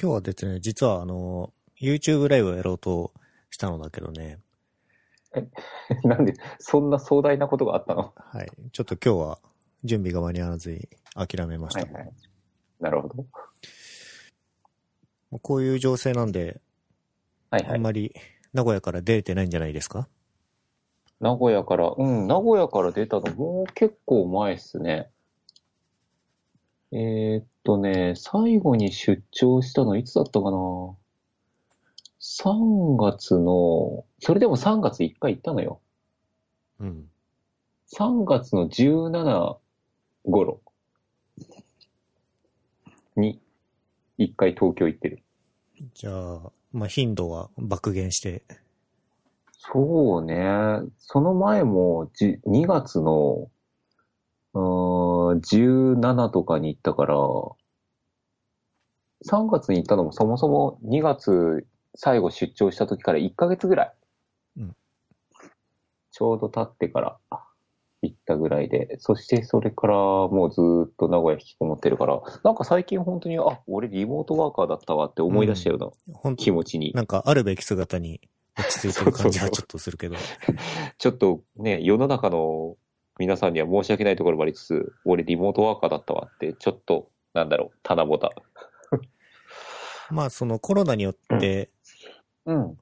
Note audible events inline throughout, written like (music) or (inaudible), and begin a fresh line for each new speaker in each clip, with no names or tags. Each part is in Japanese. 今日はですね、実はあの、YouTube ライブをやろうとしたのだけどね、
(laughs) なんで、そんな壮大なことがあったの
はい。ちょっと今日は準備が間に合わずに諦めました。
はいはい。なるほど。
もうこういう情勢なんで、
はいは
あん
い。
まり名古屋から出れてないんじゃないですか、
名古屋から、うん、名古屋から出たのもう結構前っすね。えーっとね、最後に出張したのいつだったかな ?3 月の、それでも3月1回行ったのよ。
うん。
3月の17頃に1回東京行ってる。
じゃあ、まあ、頻度は爆減して、
そうね。その前もじ2月のうーん17とかに行ったから、3月に行ったのもそもそも2月最後出張した時から1ヶ月ぐらい。
うん
ちょうど経ってから行ったぐらいで、そしてそれからもうずーっと名古屋引きこもってるから、なんか最近本当に、あ、俺リモートワーカーだったわって思い出したような
本当
気持ちに。
なんかあるべき姿に落ち着いてる感じは
そうそうそう
ちょっとするけど。
ちょっとね、世の中の皆さんには申し訳ないところもありつつ、俺リモートワーカーだったわって、ちょっと、なんだろう、棚ぼた。
まあそのコロナによって、
うん。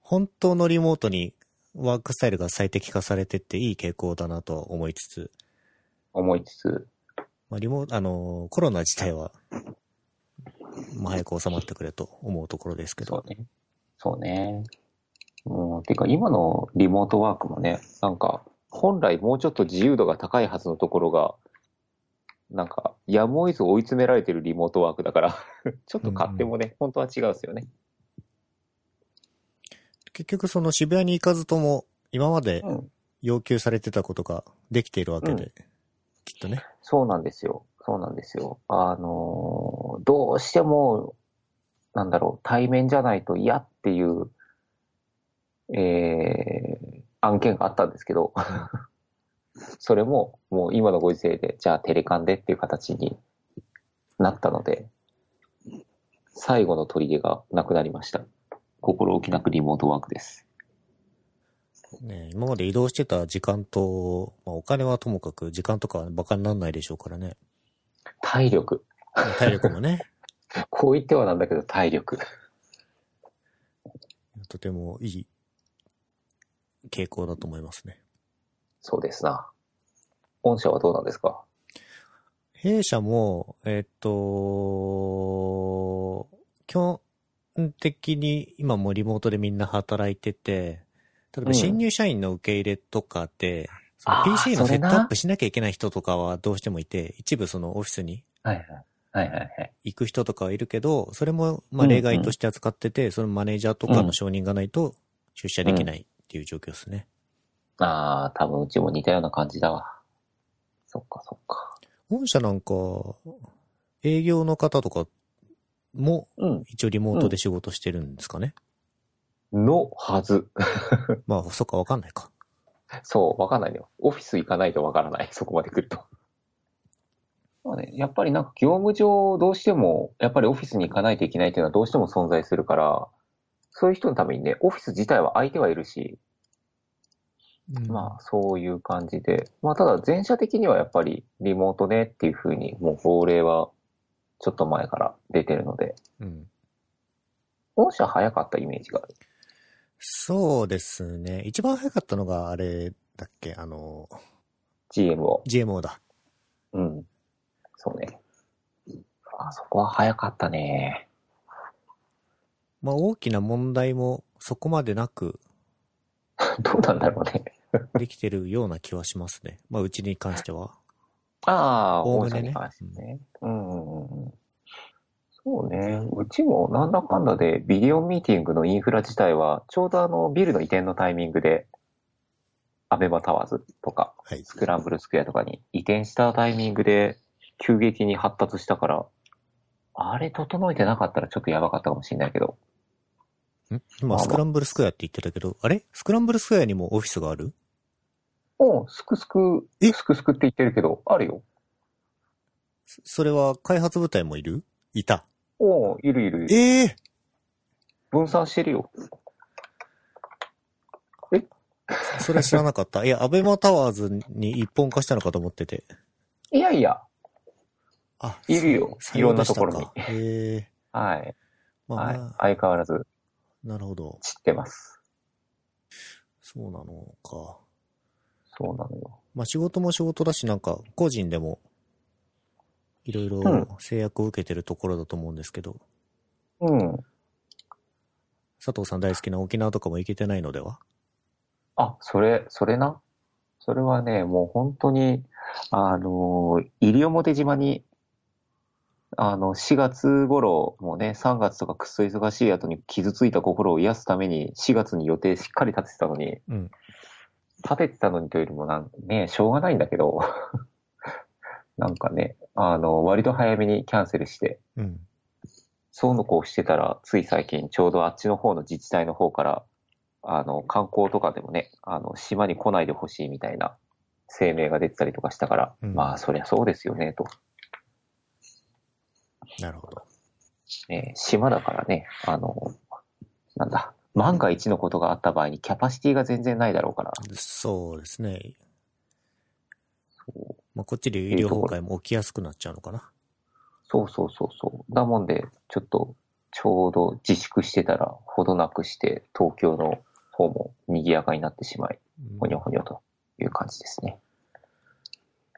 本当のリモートにワークスタイルが最適化されてっていい傾向だなとは思いつつ、
思いつつ。
まあ、リモあのーコロナ自体は、まあ、早く収まってくれと思うところですけ
そ
ど
う、ね。そうね。うん、てか今のリモートワークもね、なんか、本来もうちょっと自由度が高いはずのところが、なんか、やむを得ず追い詰められてるリモートワークだから、 (laughs) ちょっと勝手もね、本当は違うんですよね。
結局その渋谷に行かずとも、今まで
うん。
要求されてたことができているわけで、
う
きっとね。
そうなんですよ。そうなんですよ。あのーどうしても、なんだろう、対面じゃないと嫌っていう、えー、案件があったんですけど、 (laughs) それも、もう今のご時世で、じゃあテレカンでっていう形になったので、最後の砦がなくなりました。心置きなくリモートワークです。
ね今まで移動してた時間と、まあ、お金はともかく時間とかはバカにならないでしょうからね。
体力。
まあ体力もね、 (laughs)
こう言ってはなんだけど、体力。
とてもいい傾向だと思いますね。
そうですな。御社はどうなんですか
弊社も、えっと、基本的に今もうリモートでみんな働いてて、例え
う
ば
ん
新入社員の受け入れとかで、そ
あ
の
ー
PC の
そ
セッ
れな
トアップしなきゃいけない人とかはどうしてもいて、一部そのオフィスに
はいはい。はいはいはい。
行く人とかはいるけど、それもまあ例外として扱ってて、そのマネージャーとかの承認がないと出社できないっていう状況ですね。
ああ、多分うちも似たような感じだわ。そっかそっか。
本社なんか、営業の方とかも
うん。
一応リモートで仕事してるんですかね。
のはず。 (laughs)
まあ、そっか、わかんないか。
そう、わかんないのよ。オフィス行かないとわからない。そこまで来ると。まあね、やっぱりなんか業務上どうしても、やっぱりオフィスに行かないといけないっていうのはどうしても存在するから、そういう人のためにね、オフィス自体は空いてはいるし、まあそういう感じで。まあただ全社的にはやっぱりリモートねっていうふうに、もう法令はちょっと前から出てるので、
うん。
御社早かったイメージがある。
そうですね。一番早かったのが、あれだっけ、あの、
GM を。
GMO だ。
うん。そうね。あそこは早かったね。 (laughs)
まあ、大きな問題もそこまでなく
どうなんだろうね。
できてるような気はしますね。まあ、うちに関しては。
ああ、
おお
大
むね
阪
ね
に関してね。うんうんうん。そうね。うちもなんだかんだでビデオミーティングのインフラ自体は、ちょうどあのビルの移転のタイミングで、アベマタワーズとか、
はい。
スクランブルスクエアとかに移転したタイミングで急激に発達したから、あれ整えてなかったらちょっとやばかったかもしれないけど。
ん今、スクランブルスクエアって言ってたけど、あれスクランブルスクエアにもオフィスがある
おうすくすく、
え
すくすくって言ってるけど、あるよ。
そそれは開発部隊もいるいた。
おういるいる。
ええ
分散してるよ。
それ知らなかった。いや、アベマタワーズに一本化したのかと思ってて。
いやいや、
あ、
いるよ。いろんなところに。
へえ
はい。
まあ、
はい
ま。あ
相変わらず
なるほど。
散ってます。
そうなのか。
そうなのよ。
まあ仕事も仕事だし、なんか個人でもいろい
うん
ろ制約を受けてるところだと思うんですけど、
うん。
佐藤さん大好きな沖縄とかも行けてないのでは
あ、それ、それな。それはね、もう本当に、あのー、西表島に、あの、4月頃、もうね、3月とかくっそ忙しい後に傷ついた心を癒すために、4月に予定しっかり立ててたのに、
うん。
立ててたのにというよりもなん、ね、しょうがないんだけど、 (laughs) なんかね、あの、割と早めにキャンセルして、
うん。
そうのこうしてたら、つい最近、ちょうどあっちの方の自治体の方から、あの、観光とかでもね、あの、島に来ないでほしいみたいな声明が出てたりとかしたから、
うん
まあ、そりゃそうですよね、と。
なるほど。
ね、島だからね、あの、なんだ、万が一のことがあった場合にキャパシティが全然ないだろうから、
そうですね。まあこっちで医療崩壊も起きやすくなっちゃうのかな。
そうそうそうそう。だもんで、ちょっと、ちょうど自粛してたら、ほどなくして、東京の方も賑やかになってしまい、
うん
ほにょほにょという感じですね。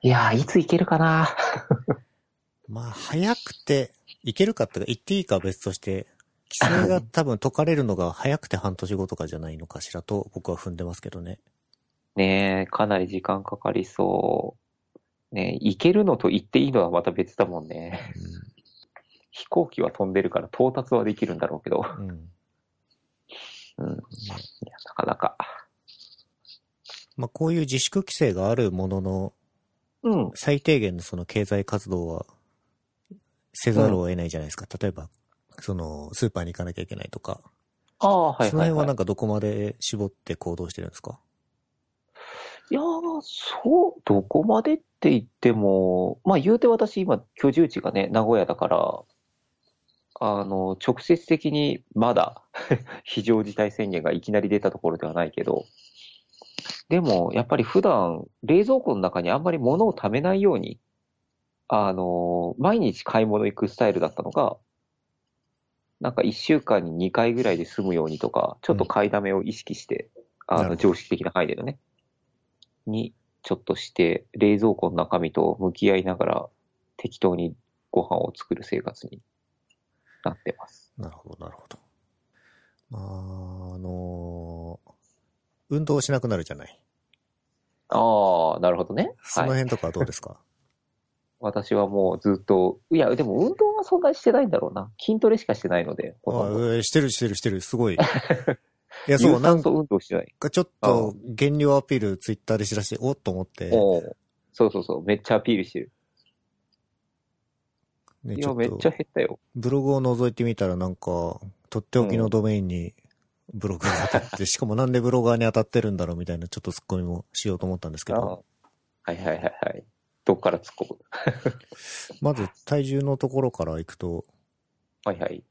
いやー、いつ行けるかな
まあ早くて、行けるかっていうか、行っていいかは別として、規制が多分解かれるのが早くて半年後とかじゃないのかしらと僕は踏んでますけどね。
ねえ、かなり時間かかりそう。ねえ、行けるのと行っていいのはまた別だもんね。飛行機は飛んでるから到達はできるんだろうけど。
うん。うん
うん。いや、なかなか。
まあこういう自粛規制があるものの、
うん。
最低限のその経済活動はせざるを得ないじゃないですか。例えば、そのスーパーに行かなきゃいけないとか、
ああ、はい
その
は
辺
い、は
はいな。んかどこまで絞って行動してるんですか
いやー、そう、どこまでって言っても、まあ言うて私今居住地がね、名古屋だから、あの、直接的にまだ (laughs) 非常事態宣言がいきなり出たところではないけど、でもやっぱり普段冷蔵庫の中にあんまり物を貯めないように、あの、毎日買い物行くスタイルだったのが、なんか1週間に2回ぐらいで済むようにとか、ちょっと買いだめを意識して、あ
なるほ
の、
ど
常識的な範囲でのね、にちょっとして冷蔵庫の中身と向き合いながら適当にご飯を作る生活になってます。
なるほど、なるほど。まあ、あのー運動しなくなるじゃない。
ああ、なるほどね。
その
はい。 (laughs)
辺とかはどうですか、
私はもうずっと、いや、でも運動はそんなにしてないんだろうな。筋トレしかしてないので、ほとんど。
あえしてるしてるしてる、す
(laughs)
ごい。いや、
有
そう、なんか
酸素運動してない。
ちょっと減量アピールツイッターで知らせて、おっと思って、
おうそうそうそう、めっちゃアピールしてる。
ね、
い
ち
や、
ょ
めっ
っ
ち
と
ゃ減ったよ。
ブログを覗いてみたらなんか、とっておきのドメインにブログが当た (laughs) って、しかもなんでブロガーに当たってるんだろうみたいなちょっとツッコミもしようと思ったんですけ
ああ
ど、
はいはいはいはい。どっから突っ込む
まず体重のところからいくと、
はいはい。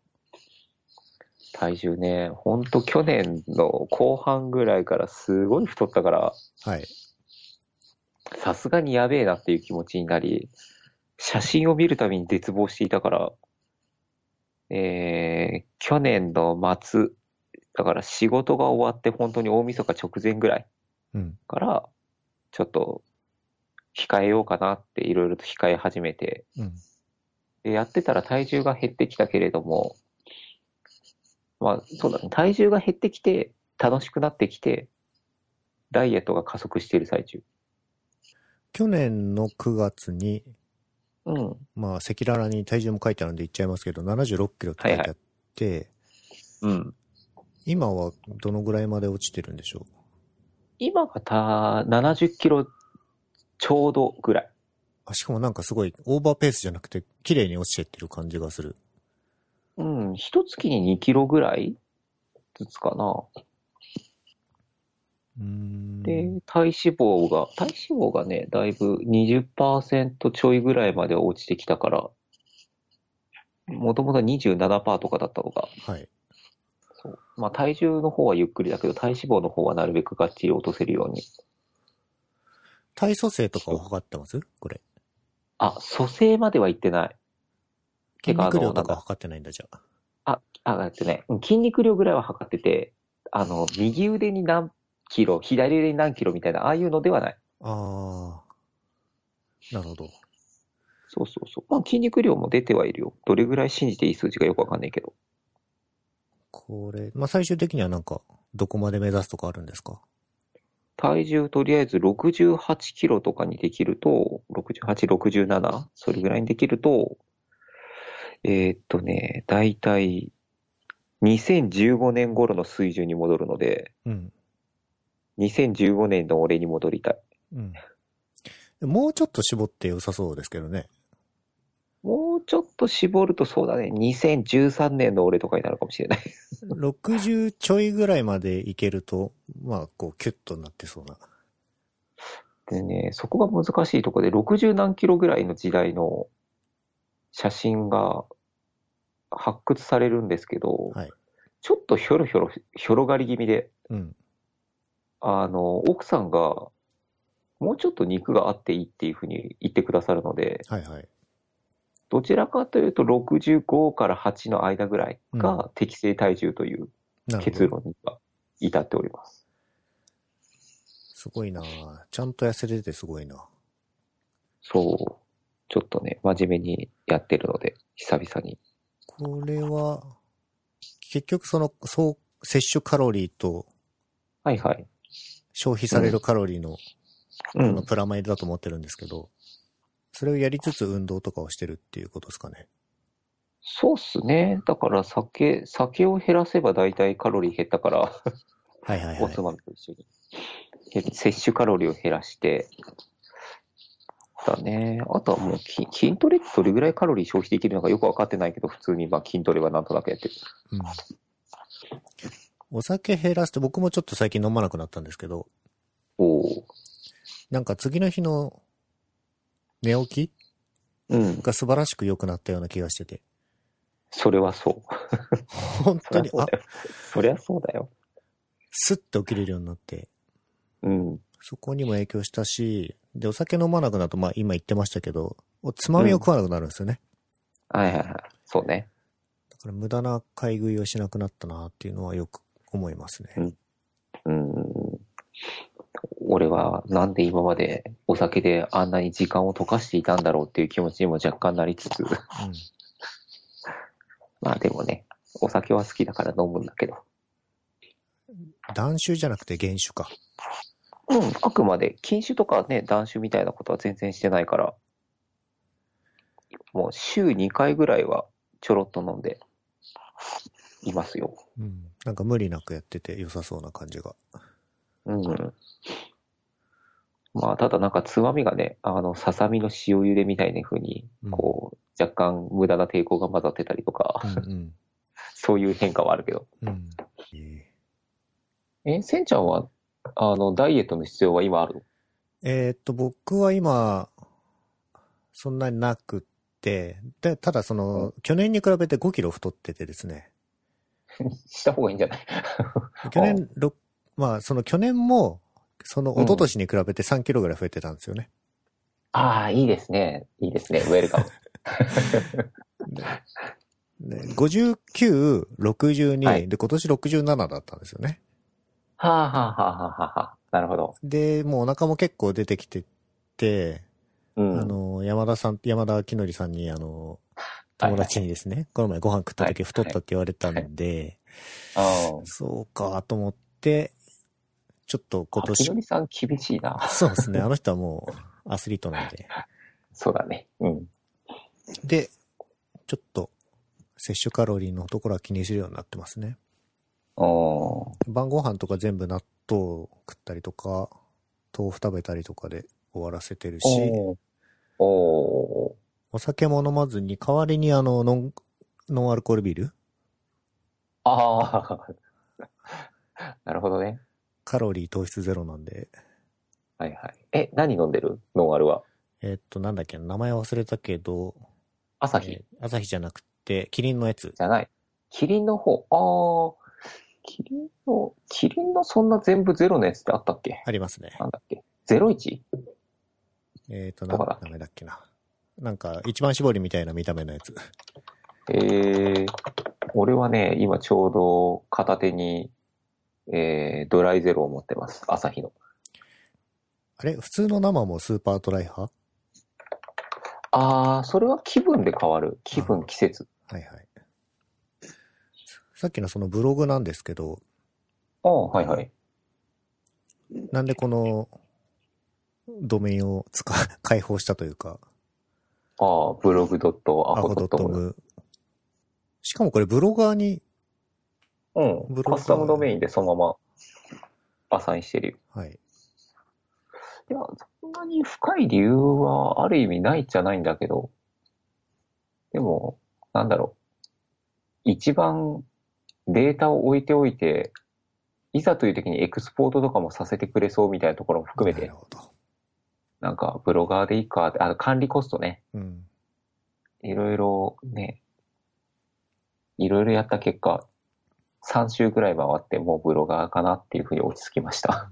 体重ね、ほんと去年の後半ぐらいからすごい太ったから、
はい。
さすがにやべえなっていう気持ちになり、写真を見るたびに絶望していたから、えー、去年の末、だから仕事が終わって本当に大晦日直前ぐらい
うん。
から、ちょっと控えようかなっていろいろと控え始めて、
うん。
でやってたら体重が減ってきたけれども、まあそうだね、体重が減ってきて、楽しくなってきて、ダイエットが加速している最中。
去年の9月に、
うん。
まあ、赤裸々に体重も書いてあるんで言っちゃいますけど、76キロって書いてあって、
うん。
今はどのぐらいまで落ちてるんでしょう
今がた70キロちょうどぐらい。
あしかもなんかすごいオーバーペースじゃなくて、綺麗に落ちてってる感じがする。
うん、一月に2キロぐらいずつかな。
うーん。
で、体脂肪が、体脂肪がね、だいぶ20%ちょいぐらいまで落ちてきたから、もともと27%とかだったのが、
はい。
そうまあ、体重の方はゆっくりだけど、体脂肪の方はなるべくがっちり落とせるように。
体組成とかを測ってますこれ。
あ、蘇生まではいってない。て
筋
かあの
肉量と
なん
か
か
測ってないんだ、じゃあ。
あ、あ、えっとね、うん筋肉量ぐらいは測ってて、あの、右腕に何キロ、左腕に何キロみたいな、ああいうのではない。
あー。なるほど。
そうそうそう。まあ、筋肉量も出てはいるよ。どれぐらい信じていい数字かよくわかんないけど。
これ、まあ、最終的にはなんか、どこまで目指すとかあるんですか
体重とりあえず68キロとかにできると、68、67? それぐらいにできると、えーっとね、だいたい2015年頃の水準に戻るので、
うん。
2015年の俺に戻りたい。
うん。もうちょっと絞って良さそうですけどね。
もうちょっと絞るとそうだね、2013年の俺とかになるかもしれない。
60ちょいぐらいまでいけると、まあ、こう、キュッとなってそうな。
でね、そこが難しいところで、60何キロぐらいの時代の写真が発掘されるんですけど、
はい
ちょっとひょろひょろ、ひょろがり気味で、
うん。
あの、奥さんが、もうちょっと肉があっていいっていうふうに言ってくださるので、
はいはい。
どちらかというと65から8の間ぐらいが適正体重という
なるほ
結
ど。
論には至っております。
すごいなちゃんと痩せれてすごいな
そう。ちょっとね、真面目にやってるので、久々に。
これは、結局その、そう、摂取カロリーと
はいはい。
消費されるカロリーの、
う
こ
ん
の。プラマイドだと思ってるんですけど、それをやりつつ運動とかをしてるっていうことですかね。
そうっすね。だから酒、酒を減らせば大体カロリー減ったから、
はいはい
お
はい
つ。まみと一緒に。え摂取カロリーを減らして、だね。あとはもう筋筋トレってどれぐらいカロリー消費できるのかよくわかってないけど、普通にまあ筋トレはなんとなくやってる。
うん。お酒減らすって僕もちょっと最近飲まなくなったんですけど、
おお。
なんか次の日の寝起き
うん。
が素晴らしく良くなったような気がしてて。
それはそう。
本
そ
当に
りゃそ、う
あ
だ、よ。そりゃそうだよ。
スッて起きれるようになって、
うん。
そこにも影響したし、で、お酒飲まなくなると、まあ今言ってましたけど、おつまみを食わなくなるんですよね。
はいはいはい。そうね。
だから無駄な買い食いをしなくなったなっていうのはよく思いますね。
うんうん。俺はなんで今までお酒であんなに時間を溶かしていたんだろうっていう気持ちにも若干なりつつ、 (laughs)
うん
まあでもね、お酒は好きだから飲むんだけど。
断酒じゃなくて減酒か。
うん、あくまで禁酒とかね、断酒みたいなことは全然してないから、もう週2回ぐらいはちょろっと飲んでいますよ。
うん。なんか無理なくやってて良さそうな感じが。
うん。まあ、ただなんかつまみがね、あの、ささみの塩茹でみたいな風に
う、ん
こう、若干無駄な抵抗が混ざってたりとか、 (laughs)
うん
そういう変化はあるけど。
うん。うん。え
え、せんちゃんは、あの、ダイエットの必要は今あるの
ーえーっと、僕は今、そんなになくって、で、ただその、去年に比べて5キロ太っててですね。
(laughs) した方がいいんじゃない
去年、ろまあその去年も、その一昨年に比べて3キロぐらい増えてたんですよね。
ああ、いいですね。いいですね。ウェルカム。
でで59、62、
はい
で、今年67だったんですよね。
(laughs) はあはあはあはあはあ。なるほど。
で、もうお腹も結構出てきてて、
うん。
あの、山田さん、山田きのりさんに、あの、友達にですね、この前ご飯食った時
はい
太ったって言われたんで、
あ
そうかと思って、ちょっと今
あ。秋
年、
典さん厳しいな。
そうですね、あの人はもうアスリートなんで。
そうだね。うん。
で、ちょっと、摂取カロリーのところは気にするようになってますね。
おー
晩ご飯とか全部納豆食ったりとか、豆腐食べたりとかで終わらせてるし、
おーお
お酒も飲まずに、代わりにあの、ノン、ノンアルコールビール
ー (laughs) ああ。なるほどね。
カロリー糖質ゼロなんで、
はいはい。え、何飲んでるノンアルは。
えっと、なんだっけ、名前忘れたけど、
朝
え
日。
ー朝日じゃなくって、キリンのやつ。
じゃない。キリンの方。ああ、キリンの、キリンのそんな全部ゼロのやつってあったっけ
ありますね。
なんだっけ ?01?
えっ、と、なん
どこだ
名前だっけな。なんか、一番搾りみたいな見た目のやつ。
えー、俺はね、今ちょうど片手に、えー、ドライゼロを持ってます。朝日の。
あれ普通の生もスーパートライ派は
ああ、それは気分で変わる。気分、季節。
いはい。さっきのそのブログなんですけど、
ああ、はいはい。
なんでこのドメインを (laughs) 使、開放したというか、
ああ、ブログドット
ア
ア
ホ
ホ
ドッ
ドッ
ト
トコム
ム。しかもこれブロガーに、
うん。
ブログ
カスタムドメインでそのまま、アサインしてるよ。
はい。
いや、そんなに深い理由はある意味ないじゃないんだけど、でも、なんだろう。一番データを置いておいて、いざという時にエクスポートとかもさせてくれそうみたいなところも含め
な
て
る、ほど。
なんかブロガーでいいかって、あの管理コストね、
うん。
いろいろね、いろいろやった結果、3週くらい回ってもうブロガーかなっていうふうに落ち着きました。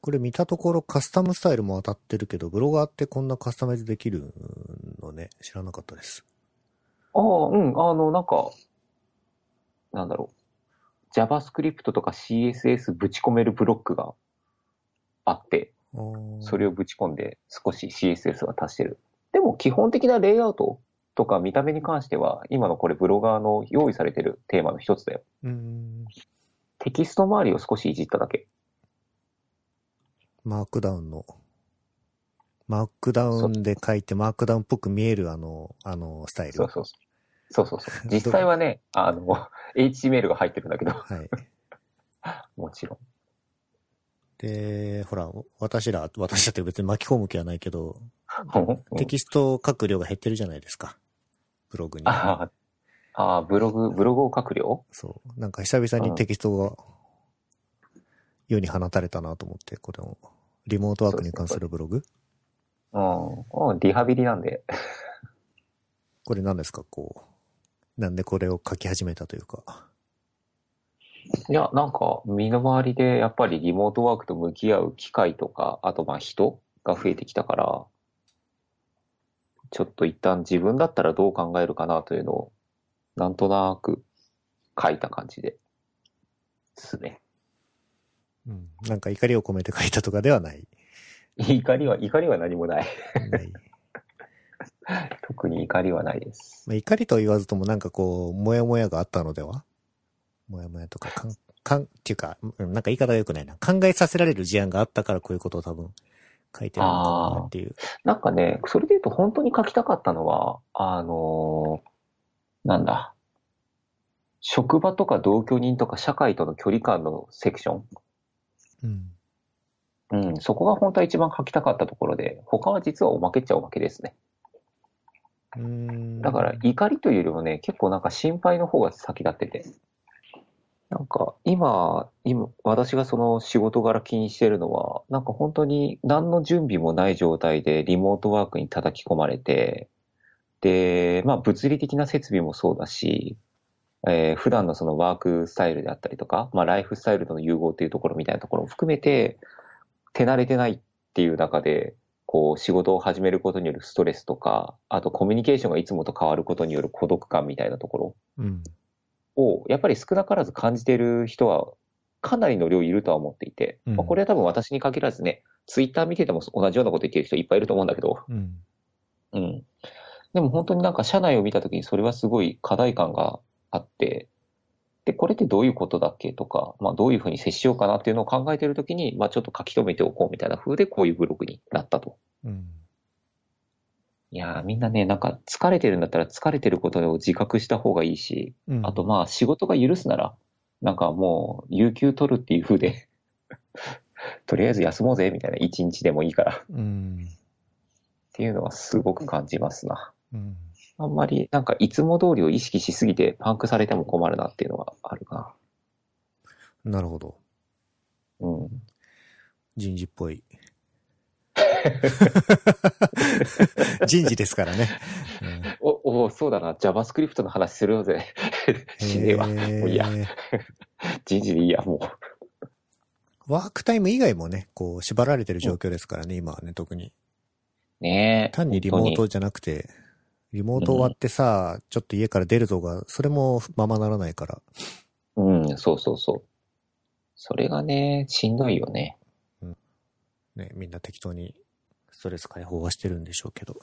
これ見たところカスタムスタイルも当たってるけど、ブロガーってこんなカスタマイズできるのね、知らなかったです。
ああ、うん、あの、なんか、なんだろう。JavaScript とか CSS ぶち込めるブロックがあって、
あー
それをぶち込んで少し CSS は足してる。でも基本的なレイアウトとか見た目に関しては、今のこれブロガーの用意されてるテーマの一つだよ。
うん。
テキスト周りを少しいじっただけ。
マークダウンの、マークダウンで書いてマークダウンっぽく見えるあの、あの、スタイル。
そうそうそう。そうそ
(laughs)
うそう。実際はね、あの、HTML が入ってるんだけど、
はい。
もちろん。
で、ほら、私ら、私らって別に巻き込む気はないけど、
うん
テキストを書く量が減ってるじゃないですか。ブログに。
(laughs) ああ、ああブログ、ブログを書く量
そう。なんか久々にテキストが世に放たれたなと思って、これを。リモートワークに関するブログ
うん、うんリハビリなんで。
これ何ですかこう。なんでこれを書き始めたというか。
いや、なんか、身の回りでやっぱりリモートワークと向き合う機会とか、あとまあ人が増えてきたから、ちょっと一旦自分だったらどう考えるかなというのを、なんとなく書いた感じで。ですね。 (laughs)
うん。なんか怒りを込めて書いたとかでは
(laughs)
ない。
怒りは、怒りは何もない。
ない
特に怒りはないです。
まあ怒りとは言わずともなんかこう、もやもやがあったのではもやもやとか、かん、かん、っていうか、うんなんか言い方が良くないな。考えさせられる事案があったからこういうことを多分書いてるのかなっていう。
なんかね、それで言うと本当に書きたかったのは、あのーなんだ、職場とか同居人とか社会との距離感のセクション。
うん。
うん、そこが本当は一番書きたかったところで、他は実はおまけっちゃおまけですね。
うーん
だから怒りというよりもね、結構なんか心配の方が先立ってて。なんか今、今、私がその仕事柄気にしてるのは、なんか本当に何の準備もない状態でリモートワークに叩き込まれて、で、まあ物理的な設備もそうだし、えー普段のそのワークスタイルであったりとか、まあライフスタイルとの融合というところみたいなところも含めて、手慣れてないっていう中で、こう仕事を始めることによるストレスとか、あとコミュニケーションがいつもと変わることによる孤独感みたいなとこ
うん。
ろを、やっぱり少なからず感じている人は、かなりの量いるとは思っていて、
うん
まあこれは多分私に限らずね、ツイッター見てても同じようなこと言ってる人いっぱいいると思うんだけど、
うん。
うん。でも本当になんか社内を見たときにそれはすごい課題感があって、で、これってどういうことだっけとか、まあどういうふうに接しようかなっていうのを考えているときに、まあちょっと書き留めておこうみたいな風でこういうブログになったと。
うん。
いやーみんなね、なんか疲れてるんだったら疲れてることを自覚した方がいいし、
うん。
あとまあ仕事が許すなら、なんかもう有給取るっていう風で、 (laughs) とりあえず休もうぜみたいな一日でもいいからっ
うん。
ていうのはすごく感じますな。
うん。
あんまりなんかいつも通りを意識しすぎてパンクされても困るなっていうのはあるか
なるほど。
な。うん。
人事っぽ (laughs) い。人事ですからね。
お、おお、そうだな、JavaScript の話するよぜ。 (laughs) しねえわ。もういいや
へー
じじいいや、もう。
ワークタイム以外もね、こう、縛られてる状況ですからね、今はね、特に。
ねえ。
単にリモートじゃなくて、リモート終わってさ、ちょっと家から出るとか、それもままならないから。
本当に。うん、そうそうそう。それがね、しんどいよね。
ね、みんな適当にストレス解放はしてるんでしょうけど。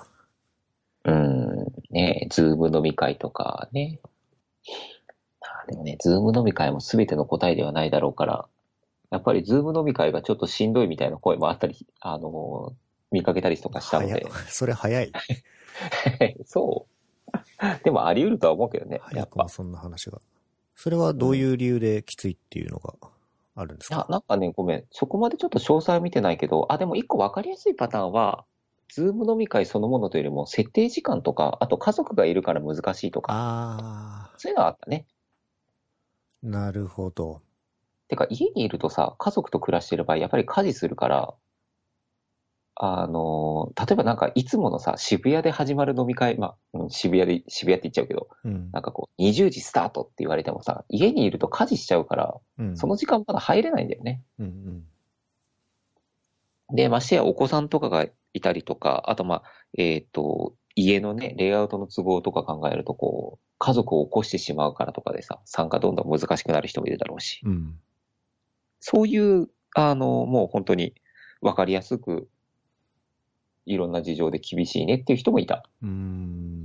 うん、ねえ、ズーム飲み会とかね。あーでもね、ズーム飲み会も全ての答えではないだろうから、やっぱりズーム飲み会がちょっとしんどいみたいな声もあったり、あのー見かけたりとかしたの
早い
で。。
それ早い。
(laughs) そう。でもあり得るとは思うけどね。や
早
っ
く
ぱ
も。そんな話が。それはどういう理由できついっていうのがあるんです
いや
か、
なんかね、ごめん。そこまでちょっと詳細は見てないけど、あ、でも一個分かりやすいパターンは、ズーム飲み会そのものというよりも、設定時間とか、あと家族がいるから難しいとか、
あ
そういうのはあったね。
ー、なるほど。
てか、家にいるとさ、家族と暮らしてる場合、やっぱり家事するから、あのー、例えばなんか、いつものさ、渋谷で始まる飲み会、まあ、うん渋谷で、渋谷って言っちゃうけど、
うん
な。んかこう、20時スタートって言われてもさ、家にいると家事しちゃうから、
うん。
その時間まだ入れないんだよね。
うんうん。
で、ましてやお子さんとかがいたりとか、あとまあ、えっ、と、家のね、レイアウトの都合とか考えると、こう、家族を起こしてしまうからとかでさ、参加どんどん難しくなる人もいるだろうし、
うん。
そういう、あの、もう本当に分かりやすく、いろんな事情で厳しいねっていう人もいた。
うーん。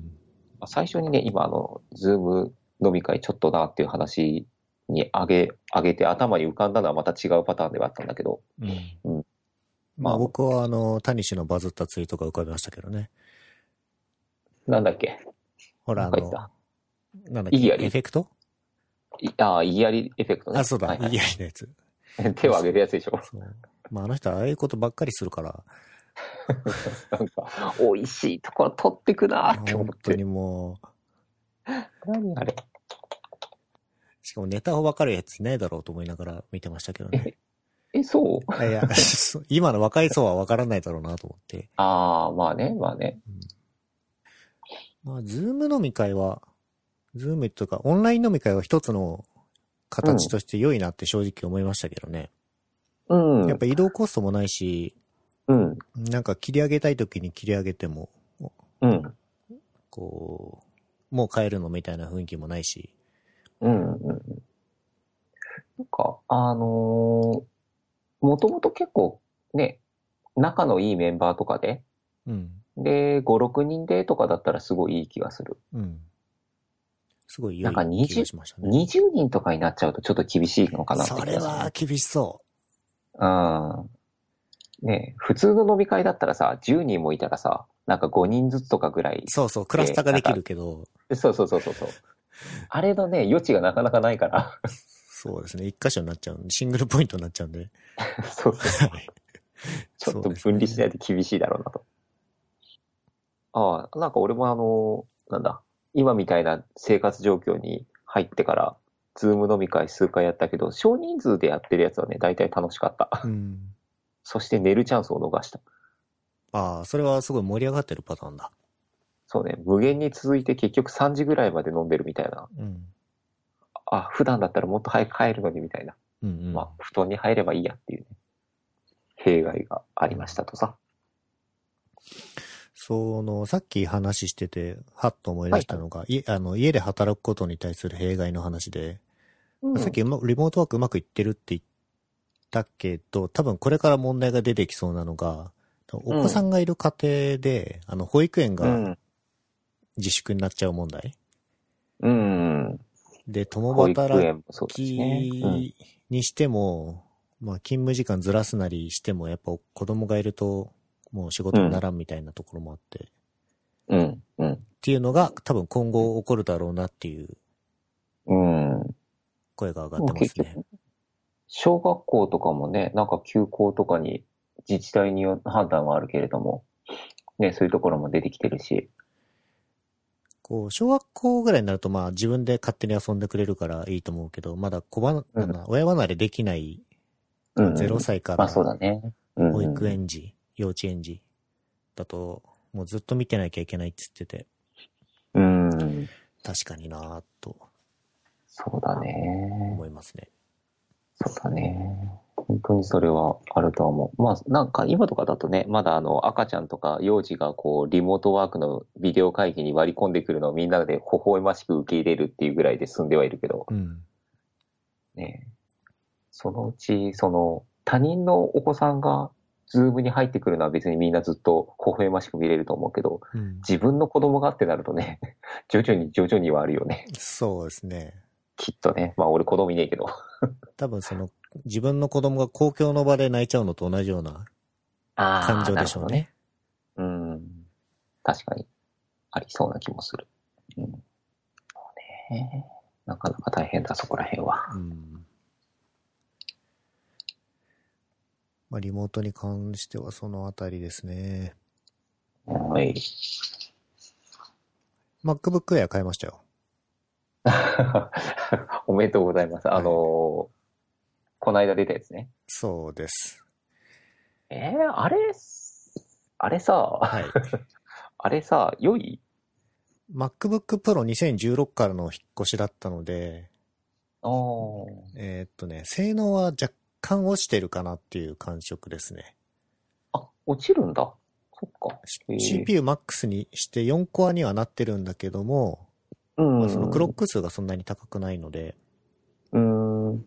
まあ最初にね、今あの、ズーム飲み会ちょっとなっていう話に上げ、上げて頭に浮かんだのはまた違うパターンではあったんだけど、うん
ま
ま
あ
あ
僕はあの、タニシのバズったツイートが浮かびましたけどね。
なんだっけ
ほらあ
なんか言っ
の、
た。
なんだっけ、
意義あり
エフェクト
いああ、言いやりエフェクトね。
あ、そうだ、
はいはい
意義ありのやつ。
手を挙げるやつでしょ。 (laughs)
そう。まああの人はああいうことばっかりするから、
なんか、美味しいところ取ってくなーって思
本
っ
当
て。
にもう、
何あれ。
しかもネタを分かるやついないだろうと思いながら見てましたけどね。
え、そう
いやい
(laughs)
や、そう今の若い層は分からないだろうなと思って。
ああ、まあね、まあね。
まあ、ズーム飲み会は、ズームというか、オンライン飲み会は一つの形として良いなって正直思いましたけどね。
うん。
やっぱ移動コストもないし、
うん。
なんか切り上げたい時に切り上げても、
うん。
こう、もう帰るのみたいな雰囲気もないし。
うん。うん。なんか、あのー、もともと結構、ね、仲のいいメンバーとかで、
うん。
で、5、6人でとかだったらすごいいい気がする。
うん。すごい良
ないんか20
気がしましたね。
20人とかになっちゃうとちょっと厳しいのかなって気
そ
がする
れは厳しそ。。
うん。ねえ普通の飲み会だったらさ、10人もいたらさ、なんか5人ずつとかぐらいう
そうそう、クラスターができるけど、
そうそうそうそうそう。あれのね、余地がなかなかないから。 (laughs)
そうですね、一箇所になっちゃうんで、シングルポイントになっちゃうんで。
そうそう。
はい
ちょっと分離しないと厳しいだろうなと。ああ、なんか俺もあの、なんだ、今みたいな生活状況に入ってから、ズーム飲み会数回やったけど、少人数でやってるやつはね、大体楽しかった。 (laughs)
うん。
そして寝るチャンスを逃した。
ああ、それはすごい盛り上がってるパターンだ。
そうね、無限に続いて結局3時ぐらいまで飲んでるみたいな。
うん。
あ、普段だったらもっと早く帰るのにみたいな。
うんうん。
まあ、布団に入ればいいやっていうね。弊害がありましたとさ。
その、さっき話してて、はっと思い出したのが、い、あの、家で働くことに対する弊害の話で、
うん
さっきうまリモートワークうまくいってるって言ったけど、多分これから問題が出てきそうなのが、お子さんがいる家庭で、あの、保育園
う
が
ん。
自粛になっちゃう問題、
うん。
で、共
保育
働
園もそうですね。うん
きにしても、まあ、勤務時間ずらすなりしても、やっぱ子供がいると、もう仕事にならんみたいなところもあって、
うん。うん。
っていうのが多分今後起こるだろうなっていう
うん。
声が上が
も
って
う
ます
結
ね。
局、小学校とかもね、なんか休校とかに自治体による判断はあるけれども、ね、そういうところも出てきてるし。
こう、小学校ぐらいになるとまあ自分で勝手に遊んでくれるからいいと思うけど、まだ子ば、
うん
なんだ親離れできない
うん。
0歳か
まあ
ら
そうだね。うん。
保育園児、幼稚園児だと、もうずっと見てなきゃいけないって言ってて、
うん。うん。
確かになぁと
そうだね。
思いますね。
そうだね。本当にそれはあるとは思う。まあ、なんか今とかだとね、まだあの赤ちゃんとか幼児がこうリモートワークのビデオ会議に割り込んでくるのをみんなで微笑ましく受け入れるっていうぐらいで済んではいるけど、
うん。
ね、そのうち、その他人のお子さんがズームに入ってくるのは別にみんなずっと微笑ましく見れると思うけど、
うん、
自分の子供がってなるとね、 (laughs) 徐々に徐々にはあるよね。
そうですね。
きっとね。まあ俺子供いねえけど。
多分その、自分の子供が公共の場で泣いちゃうのと同じような
あー
感情でしょう。ね。
なるほどねうん。確かに、ありそうな気もする。うん。そうね。なかなか大変だ、そこら辺は。
うん。まあ、リモートに関してはそのあたりですね。
はい。 (laughs)
MacBook Air 買いましたよ。
おめでとうございます。あのーこの間出たやつね。
そうです。
えー、あれ、あれさ、 (laughs)
はい。
あれさ、良い
MacBook Pro 2016からの引っ越しだったので、
あー
えーっとね、性能は若干落ちてるかなっていう感触ですね。
あ、落ちるんだ。そっか。へー
CPU MAX にして4コアにはなってるんだけども、
うん。
まあそのクロック数がそんなに高くないので、
うーん。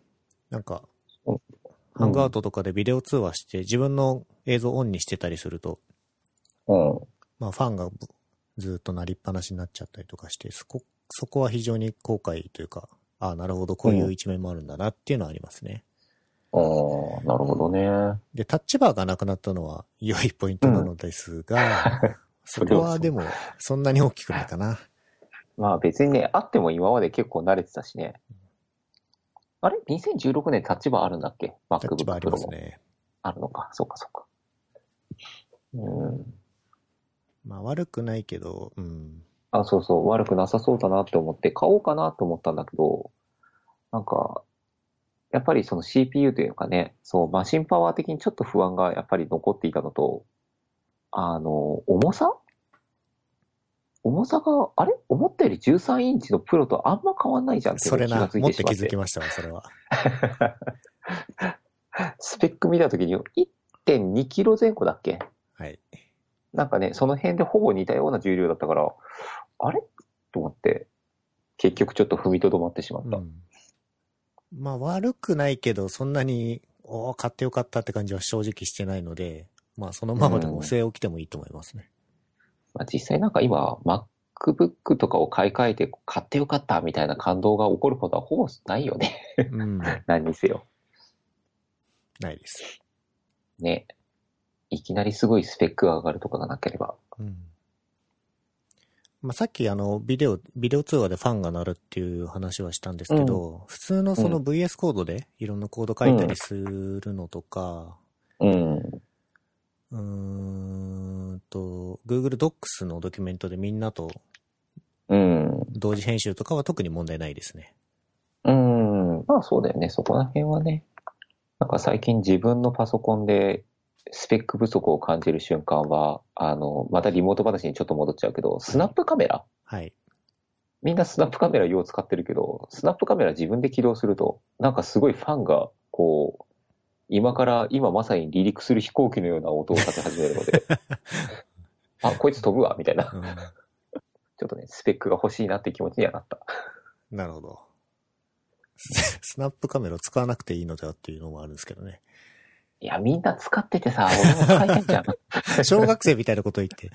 なんか
うん、
ハングアウトとかでビデオ通話して自分の映像オンにしてたりすると、
うん。
まあファンがぶずっと鳴りっぱなしになっちゃったりとかして、そこ、そこは非常に後悔というか、ああ、なるほど、こういう一面もあるんだなっていうのはありますね。
ああ、なるほどね。
で、タッチバーがなくなったのは良いポイントなのです
(laughs)
が、そこはでもそんなに大きくないかな。
まあ別にね、あっても今まで結構慣れてたしね。あれ ?2016 年タッチバーあるんだっけ
タ
?MacBook
ッチバーあり
Pro
ます
も
ね。
あるのか。そうか、そうか。うん。
まあ悪くないけど、うん。
あ、そうそう、悪くなさそうだなって思って、買おうかなと思ったんだけど、なんか、やっぱりその CPU というかね、そう、マシンパワー的にちょっと不安がやっぱり残っていたのと、あの、重さ重さが、あれ思ったより13インチのプロとあんま変わんないじゃんっていう
そ
の
れ
に気が
な、
つい
持ってて
し
気
まって。
づきましたわ、それは。
スペック見たときに1.2キロ前後だっけ
はい。
なんかね、その辺でほぼ似たような重量だったから、あれと思って、結局ちょっと踏みとどまってしまっ
う
た。
ん。まあ悪くないけど、そんなに、おー買ってよかったって感じは正直してないので、まあそのままでも据え置きてもいいと思いますね。
まあ、実際なんか今、MacBook とかを買い替えて買ってよかったみたいな感動が起こることはほぼないよ (laughs) ね。
うん。な
何にせよ。
いです。
ね。いきなりすごいスペックが上がるとかがなければ。
うん。まあさっきあの、ビデオ、ビデオ通話でファンが鳴るっていう話はしたんですけど、普通のその
う
VS コードでいろんなコード書いたりするのとか、
うん。
うーんと、Google Docs のドキュメントでみんなと
うん。
同時編集とかは特に問題ないですね。
うん。まあそうだよね。そこら辺はね。なんか最近自分のパソコンでスペック不足を感じる瞬間は、あの、またリモート話にちょっと戻っちゃうけど、スナップカメラ
はい。
みんなスナップカメラよう使ってるけど、スナップカメラ自分で起動すると、なんかすごいファンが、こう、今から、今まさに離陸する飛行機のような音を立て始めるの
(laughs)
で、あ、こいつ飛ぶわ、みたいな。
うん、
ちょっとね、スペックが欲しいなって気持ちにはなった。
なるほど。 (laughs) ススナップカメラを使わなくていいのではっていうのもあるんですけどね。 (laughs)
いや、みんな使っててさ、俺も使いたいじゃん。
(laughs) 小学生みたいなこと言って。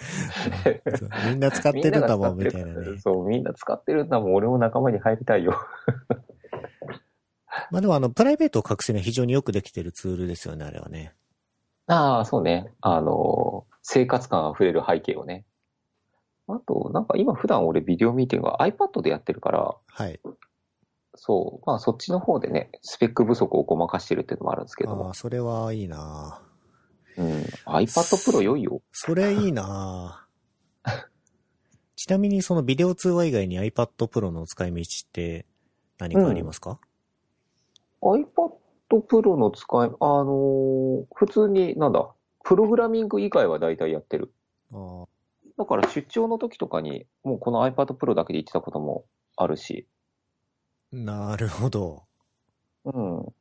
(laughs) そうみんな使ってるんだもん、
みん
み
な
たい
が使
な
ってる
ね。
そう、みんな使ってるんだもん、俺も仲間に入りたいよ。
まあでもあの、プライベートを隠すには非常によくできてるツールですよね、あれはね。
ああ、そうね。あの、生活感あふれる背景をね。あと、なんか今普段俺ビデオミーティングは iPad でやってるから、
はい。
そう、まあそっちの方でね、スペック不足をごまかしてるっていうのもあるんですけど
あ
も
あ、、それはいいなぁ
うん、iPad Pro 良いよ。
それいいな (laughs) ぁちなみにそのビデオ通話以外に iPad Pro の使い道って何かありますか、
iPad Pro の使い、あのー普通に、なんだ、プログラミング以外は大体やってる。
あー
だから出張の時とかに、もうこの iPad Pro だけで行ってたこともあるし、
なるほど。
うん。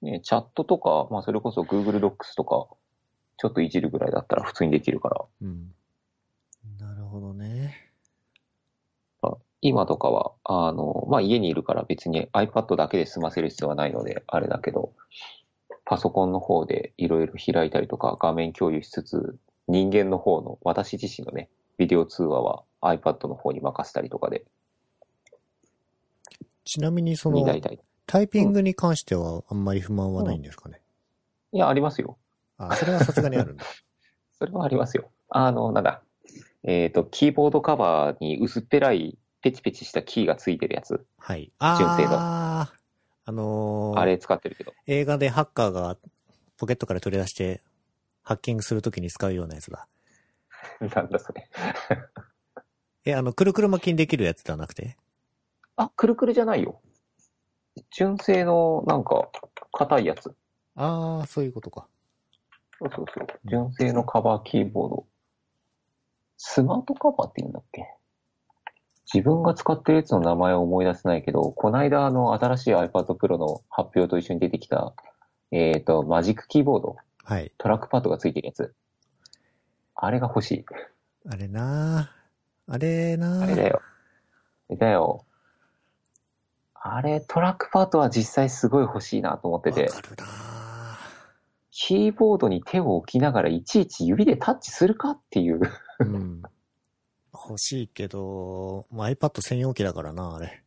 ね、チャットとか、まあそれこそ Google Docs とか、ちょっといじるぐらいだったら普通にできるから、
うん。なるほどね。
今とかは、あの、まあ家にいるから別に iPad だけで済ませる必要はないので、あれだけど、パソコンの方でいろいろ開いたりとか画面共有しつつ、人間の方の、私自身のね、ビデオ通話は iPad の方に任せたりとかで、
ちなみにそ
2
の、
台対。
タイピングに関してはあんまり不満はないんですかね。
いや、ありますよ。
あ、それはさすがにあるん (laughs) だ。
それはありますよ。あの、なんだ。えっ、と、キーボードカバーに薄っぺらい、ペチペチしたキーがついてるやつ。
はい。
純正
ああ、あのー
あれ使ってるけど。
映画でハッカーがポケットから取り出して、ハッキングするときに使うようなやつだ。
なんだそれ。
え、あの、くるくる巻きにできるやつではなくて
あ、くるくるじゃないよ。純正の、なんか、硬いやつ。そう
ああ、そういうことか。
そうそう。純正のカバーキーボード。スマートカバーって言うんだっけ自分が使ってるやつの名前を思い出せないけど、こないだあの新しい iPad Pro の発表と一緒に出てきた、えっ、と、マジックキーボード。
はい。
トラックパッドがついてるやつ。あれが欲しい。
あれなーあれなー
あれだよ。あれだよ。あれ、トラックパッドは実際すごい欲しいなと思って
わ
て、
かるな
キーボードに手を置きながらいちいち指でタッチするかっていう。 (laughs)
ー (laughs) うん。欲しいけど、まあ、iPad 専用機だからな、あれ。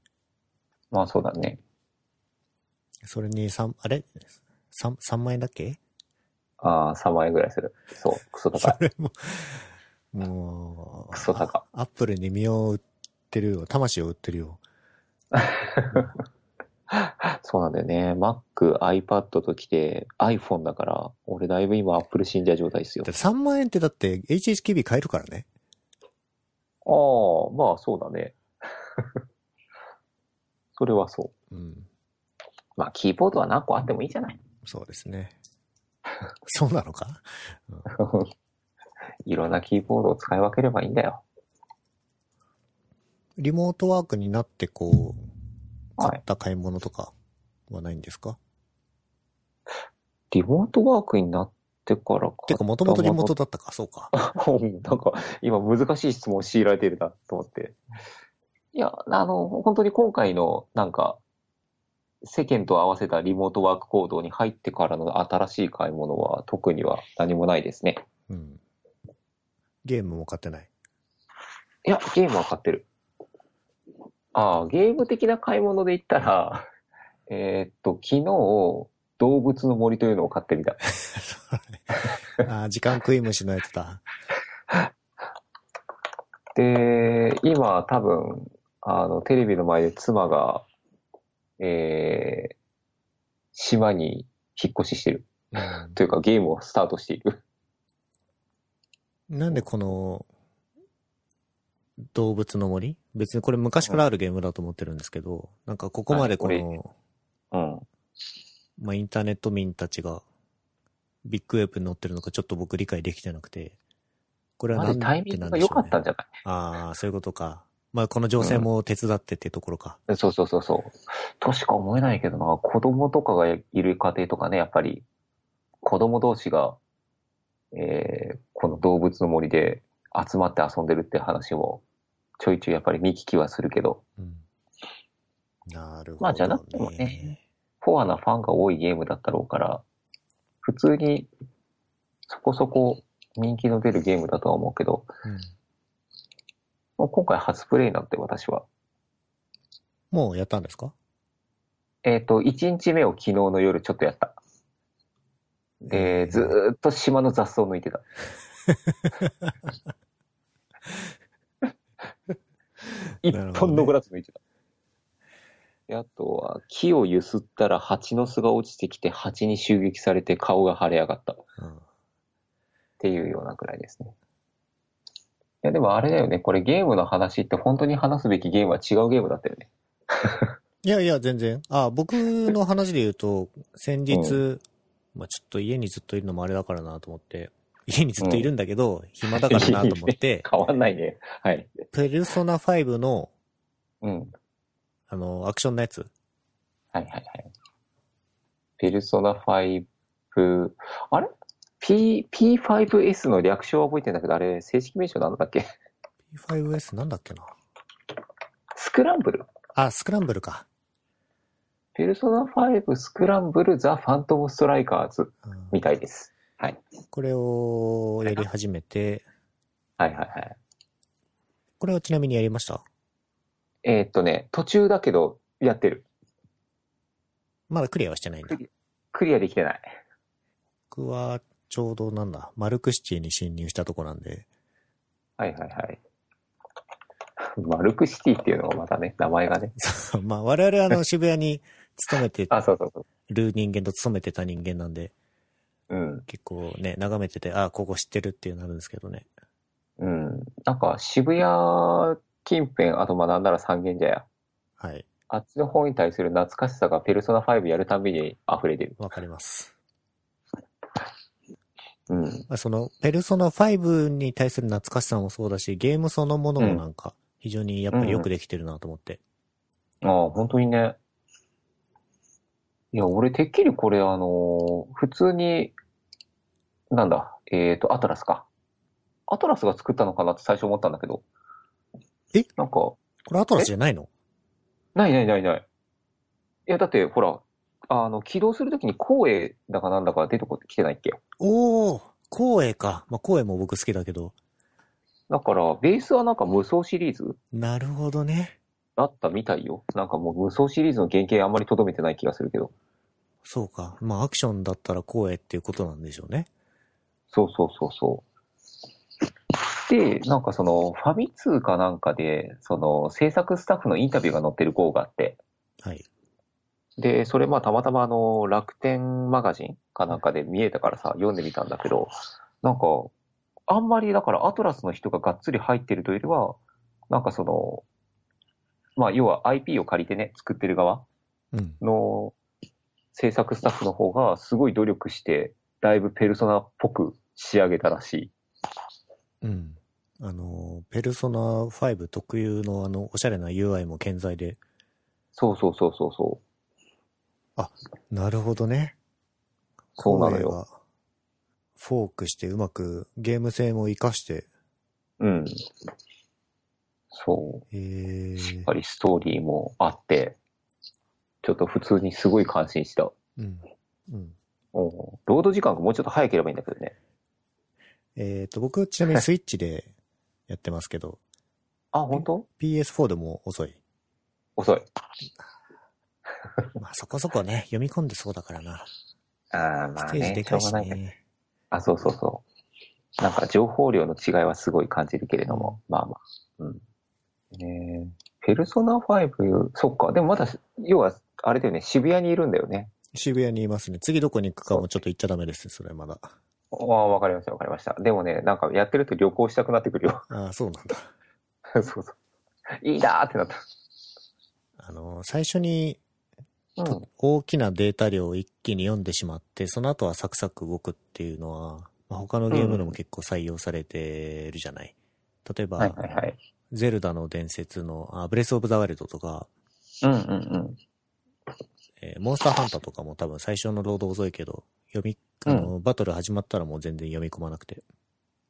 まあそうだね。
それに3、あれ ?3、3万円だっけ
ああ、3万円ぐらいする。そう、クソ
そ
(laughs) 高い。
れも、もう、
クソ高。
アップルに身を売ってるよ。魂を売ってるよ。
そうなんだよね。Mac、iPad ときて iPhone だから、俺だいぶ今 Apple 信者状態ですよ
だ。って3万円ってだって HHKB 買えるからね。
ああ、まあそうだね。 (laughs) それはそう。
うん。
まあ、キーボードは何個あってもいいじゃない。
そうですね。 (laughs) そうなのか
いろんなキーボードを使い分ければいいんだよ。
リモートワークになってこう、
はい
買った買い物とかはないんですか、
リモートワークになってからか。
てか、もともとリモートだったか、そうか。
うんなんか、今難しい質問を強いられてるなと思って。いや、あの、本当に今回の、なんか、世間と合わせたリモートワーク行動に入ってからの新しい買い物は特には何もないですね。
うん。ゲームも買ってない。
いや、ゲームは買ってる。ああ、ゲーム的な買い物で言ったら、えーっと、昨日、動物の森というのを買ってみた。
あー時間食い虫のやつだ。
で、今多分、あの、テレビの前で妻が、えー、島に引っ越ししてる。
うん
というかゲームをスタートしている。
なんでこの、動物の森別にこれ昔からあるゲームだと思ってるんですけど、なんかここまでこ
はい
の、
うん。
まあ、インターネット民たちが、ビッグウェーブに乗ってるのかちょっと僕理解できてなくて、これは
ま
な
ず
ん
タイミ
て
ン
な
グ
ん
が
でしょ
良か
う、
っ
ね
た。んじゃない
ああ、そういうことか。まあ、この情勢も手伝ってってところか。
そうそうそうそう。としか思えないけどな、子供とかがいる家庭とかね、やっぱり、子供同士が、えー、この動物の森で集まって遊んでるって話も、ちょいちょいやっぱり見聞きはするけど、
うん。なるほど、ね。
まあじゃなくてもね。フォアなファンが多いゲームだったろうから、普通に、そこそこ人気の出るゲームだとは思うけど、
うん、
もう今回初プレイなんて私は。
もうやったんですか
えっ、と、1日目を昨日の夜ちょっとやった。で、ずーっと島の雑草を抜いてた。 (laughs) 一本残らず抜いてた。であとは、木を揺すったら蜂の巣が落ちてきて蜂に襲撃されて顔が腫れ上がったっ
うん。
ていうようなくらいですね。いや、でもあれだよね。これゲームの話って本当に話すべきゲームは違うゲームだったよね。
いやいや、全然。あ僕の話で言うと、先日、まあちょっと家にずっといるのもあれだからなと思って、家にずっといるんだけど、暇だからなと思っ
(laughs)
て、
変わんないね。はい。
ペルソナ5の、
うん。
あの、アクションのやつ。
はいはいはい。ペルソナ5、あれ ?P、P5S の略称は覚えてんだけど、あれ、正式名称なんだっけ (laughs)
P5S なんだっけな。
スクランブル
あ、スクランブルか。
ペルソナ5スクランブルザ・ファントム・ストライカーズ
うん
みたいです。はい。
これをやり始めて、
はいはいはい。
これはちなみにやりました
えーっとね、途中だけど、やってる。
まだクリアはしてないんだ。
クリアできてない。
僕は、ちょうどなんだ、マルクシティに侵入したとこなんで、 (laughs)
はいはいはい。 (laughs) マルクシティっていうのがまたね、名前がね。
まあ、我々あの、渋谷に勤めて
あ、そうそうそ
る人間と勤めてた人間なんで、
う。うん。
結構ね、眺めてて、あ、ここ知ってるっていうなるんですけどね。
うん。なんか、渋谷近辺、あとまあなんなら三軒茶屋。
はい。
あっちの方に対する懐かしさがペルソナ5やるたびに溢れてる。
わかります。
うん。
まあその、ペルソナ5に対する懐かしさもそうだし、ゲームそのものもなんか、非常にやっぱりよくできてるなと思って。
ああ、本当にね。いや、俺、てっきりこれ、あのー普通に、なんだ、えっ、と、アトラスか。アトラスが作ったのかなって最初思ったんだけど。
え
なんか、
これアトラスじゃないの
ないないないない。いや、だって、ほら、あの、起動するときに光栄だかなんだか出てこ来てないっけ
おー、光栄か。まあ、光栄も僕好きだけど。
だから、ベースはなんか無双シリーズ
なるほどね。
だったみたいよ。なんかもう無双シリーズの原型あんまりとどめてない気がするけど。
そうか。まあ、アクションだったら光栄っていうことなんでしょうね。
そうそうそうそう。で、なんかその、ファミ通かなんかで、その、制作スタッフのインタビューが載ってる号があって、
はい。
で、それまあたまたまあの、楽天マガジンかなんかで見えたからさ、読んでみたんだけど、なんか、あんまりだからアトラスの人ががっつり入ってるというよりは、なんかその、まあ要は IP を借りてね、作ってる側
うん。
の制作スタッフの方がすごい努力して、だいぶペルソナっぽく仕上げたらしい。
うん。あの、ペルソナ5特有のあの、おしゃれな UI も健在で。
そうそうそうそうそう。
なるほどね。
そうなの
光
よ
栄がフォークしてうまくゲーム性も活かして、
うん。そう。
え
や
ー
っぱりストーリーもあって、ちょっと普通にすごい感心した。
うん。うん。
うんロード時間がもうちょっと早ければいいんだけどね。
えっ、と、僕、ちなみにスイッチでやってますけど、
あ、本当
PS4 でも遅い。
遅い。
まあ、そこそこね、読み込んでそうだからな。
ああ、ま
ス
あ
テージ
ね
で、
し
かい
ょ
う
が
し
ないね。
ね。
あ、そうそうそう。なんか情報量の違いはすごい感じるけれども、まあまあ。うん。ねえペルソナ5、そっか。でもまだ、要は、あれだよね、渋谷にいるんだよね。
渋谷にいますね。次どこに行くかもちょっと言っちゃダメですね、それまだ。
ああ、わかりました、わかりました。でもね、なんかやってると旅行したくなってくるよ。 (laughs)
ああ、そうなんだ。
そうそう。いいなーってなった。
あの、最初に
うん。
大きなデータ量を一気に読んでしまって、その後はサクサク動くっていうのは、まあ、他のゲームでも結構採用されてるじゃない。例えば、
はいはいはい。
ゼルダの伝説の、あブレスオブザワイルドとか、
うんうん
えーモンスターハンターとかも多分最初のロード遅いけど、読み、あの、バトル始まったらもう全然読み込まなくて。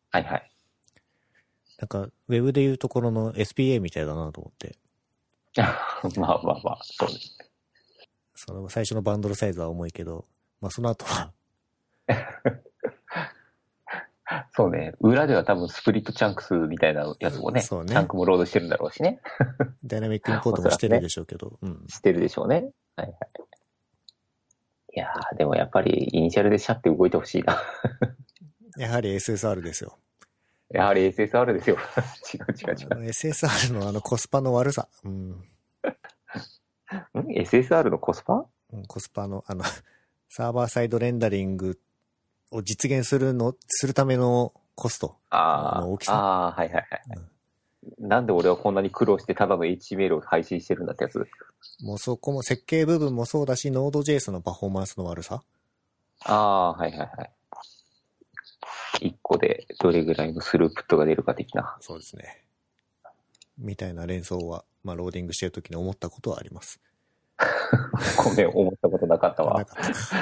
はいはい。 (laughs)
なんか、ウェブでいうところの SPA みたいだなと思って、
まあまあまあ、そうね。
その最初のバンドルサイズは重いけど、まあその後は、 (laughs)
そうね。裏では多分スプリットチャンクスみたいなやつもね、
そうね
チャンクもロードしてるんだろうしね。
ダイナミックインポートもしてるでしょうけど、うん。
してるでしょうね。はいはい。いやー、でもやっぱりイニシャルでシャって動いてほしいな。 (laughs)
やはり SSR ですよ。
やはり SSR ですよ。 (laughs) 違う違う違
あの SSR のあのコスパの悪さ。うん。
う。ん ?SSR のコスパ
うんコスパの、あの、 (laughs) サーバーサイドレンダリングを実現するの、するためのコスト。
あ
あ
あ
の大き、さ
ああ、はいはいはい。なんで俺はこんなに苦労してただの HTML を配信してるんだってやつ。
もうそこも設計部分もそうだし、Node.js のパフォーマンスの悪さ。
ああ、はいはいはい。一個個でどれぐらいのスループットが出るか的な。
そうですね。みたいな連想は、まあ、ローディングしてる時に思ったことはあります。
ごめん、思ったことなかったわ。
なんか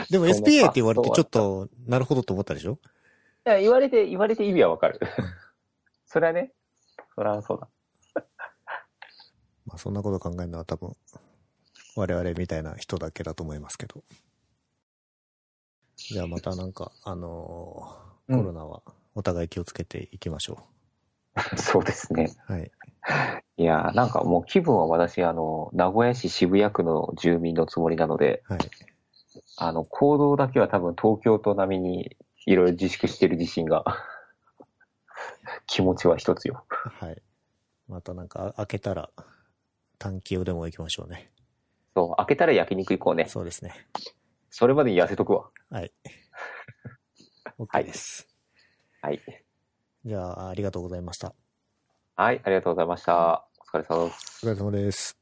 でも
そう
SPA って言われて
そう
ちょっ (laughs) と、なるほどと思ったでしょ
いや、言われて、言われて意味はわかる。 (laughs) それはね、それはそうだ。
まあ、そんなこと考えるのは多分、我々みたいな人だけだと思いますけど。じゃあまたなんか、あのー
うん
コロナはお互い気をつけていきましょ
そうですね。
う。はい。
いやー、なんかもう気分は私、あの、名古屋市渋谷区の住民のつもりなので、
はい。
あの、行動だけは多分東京と並みにいろいろ自粛してる自信が、 (laughs) 気持ちは一つよ。
はい。またなんか、あ開けたら、短期をでも行きましょうね。
そう、開けたら焼肉行こうね。
そうですね。
それまでに痩せとくわ。 (laughs)
はい。OK です。
はい。
じゃあ、ありがとうございました。
はい、ありがとうございました。お疲れ様です。
お疲れ様です。